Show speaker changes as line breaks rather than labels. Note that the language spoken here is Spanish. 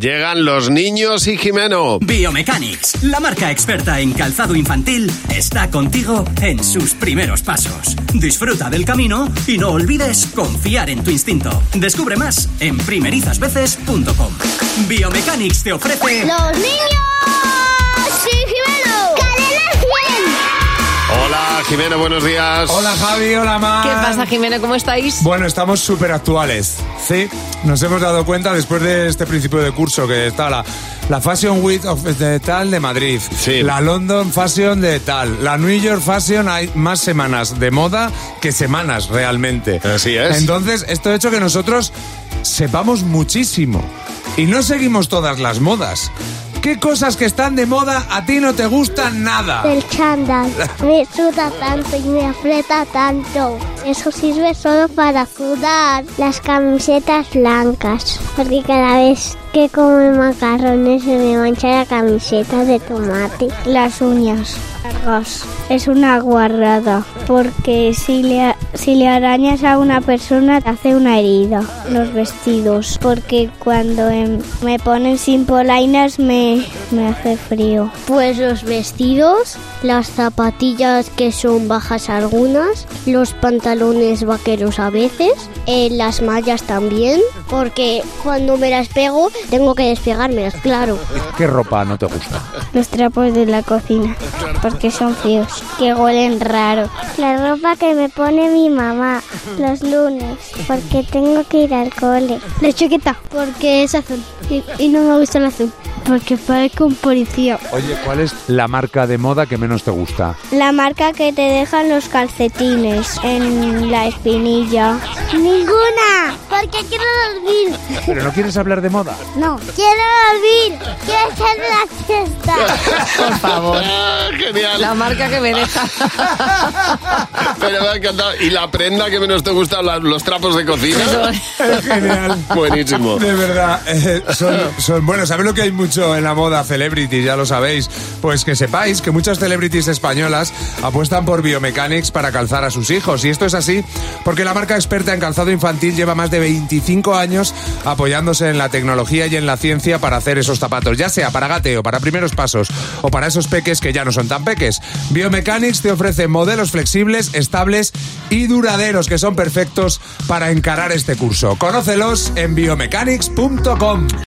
Llegan los niños y Jimeno.
Biomechanics, la marca experta en calzado infantil, está contigo en sus primeros pasos. Disfruta del camino y no olvides confiar en tu instinto. Descubre más en primerizasveces.com. Biomechanics te ofrece
¡Los niños! ¡Sí, Jimeno!
Hola Jimeno, buenos días.
Hola Javi, hola Mar.
¿Qué pasa, Jimena? ¿Cómo estáis?
Bueno, estamos súper actuales. Sí, nos hemos dado cuenta después de este principio de curso que está la, la Fashion Week of de tal de Madrid,
Sí.
la London Fashion de tal, la New York Fashion hay más semanas de moda que semanas realmente.
Así es.
Entonces, esto ha hecho que nosotros sepamos muchísimo y no seguimos todas las modas. ¿Qué cosas que están de moda a ti no te gustan nada?
El chándal me suda tanto y me aprieta tanto. Eso sirve solo para sudar. Las camisetas blancas, porque cada vez que como macarrones se me mancha la camiseta de tomate. Las uñas largas es una guarrada, porque si le, si le arañas a una persona te hace una herida. Los vestidos, porque cuando em, me ponen sin polainas me, me hace frío. Pues los vestidos, las zapatillas que son bajas algunas, los pantalones vaqueros a veces, eh, las mallas también, porque cuando me las pego tengo que despegármelas, claro.
¿Qué ropa no te gusta?
Los trapos de la cocina, porque son fríos, que huelen raro. La ropa que me pone mi mamá los lunes, porque tengo que ir al cole. La chaqueta, porque es azul, y, no me gusta el azul, porque parezco un policía.
Oye, ¿cuál es la marca de moda que menos te gusta?
La marca que te dejan los calcetines en la espinilla. Ninguna, porque quiero dormir.
¿Pero no quieres hablar de moda?
No, quiero dormir, quiero hacer la fiesta.
Por favor.
Ah, Genial.
La marca que me deja.
Pero me ha encantado. ¿Y la prenda que menos te gusta? la- ¿Los trapos de cocina?
Genial.
Buenísimo.
De verdad, eh, son, son bueno, ¿sabéis lo que hay mucho en la moda celebrity? Ya lo sabéis. Pues que sepáis que muchas celebrities españolas apuestan por biomechanics para calzar a sus hijos. Y esto es así porque la marca experta en calzado infantil lleva más de 25 años apoyándose en la tecnología y en la ciencia para hacer esos zapatos, ya sea para gateo, para primeros pasos o para esos peques que ya no son tan peques. Biomechanics te ofrece modelos flexibles, estables y duraderos que son perfectos para encarar este curso. Conócelos en biomechanics.com.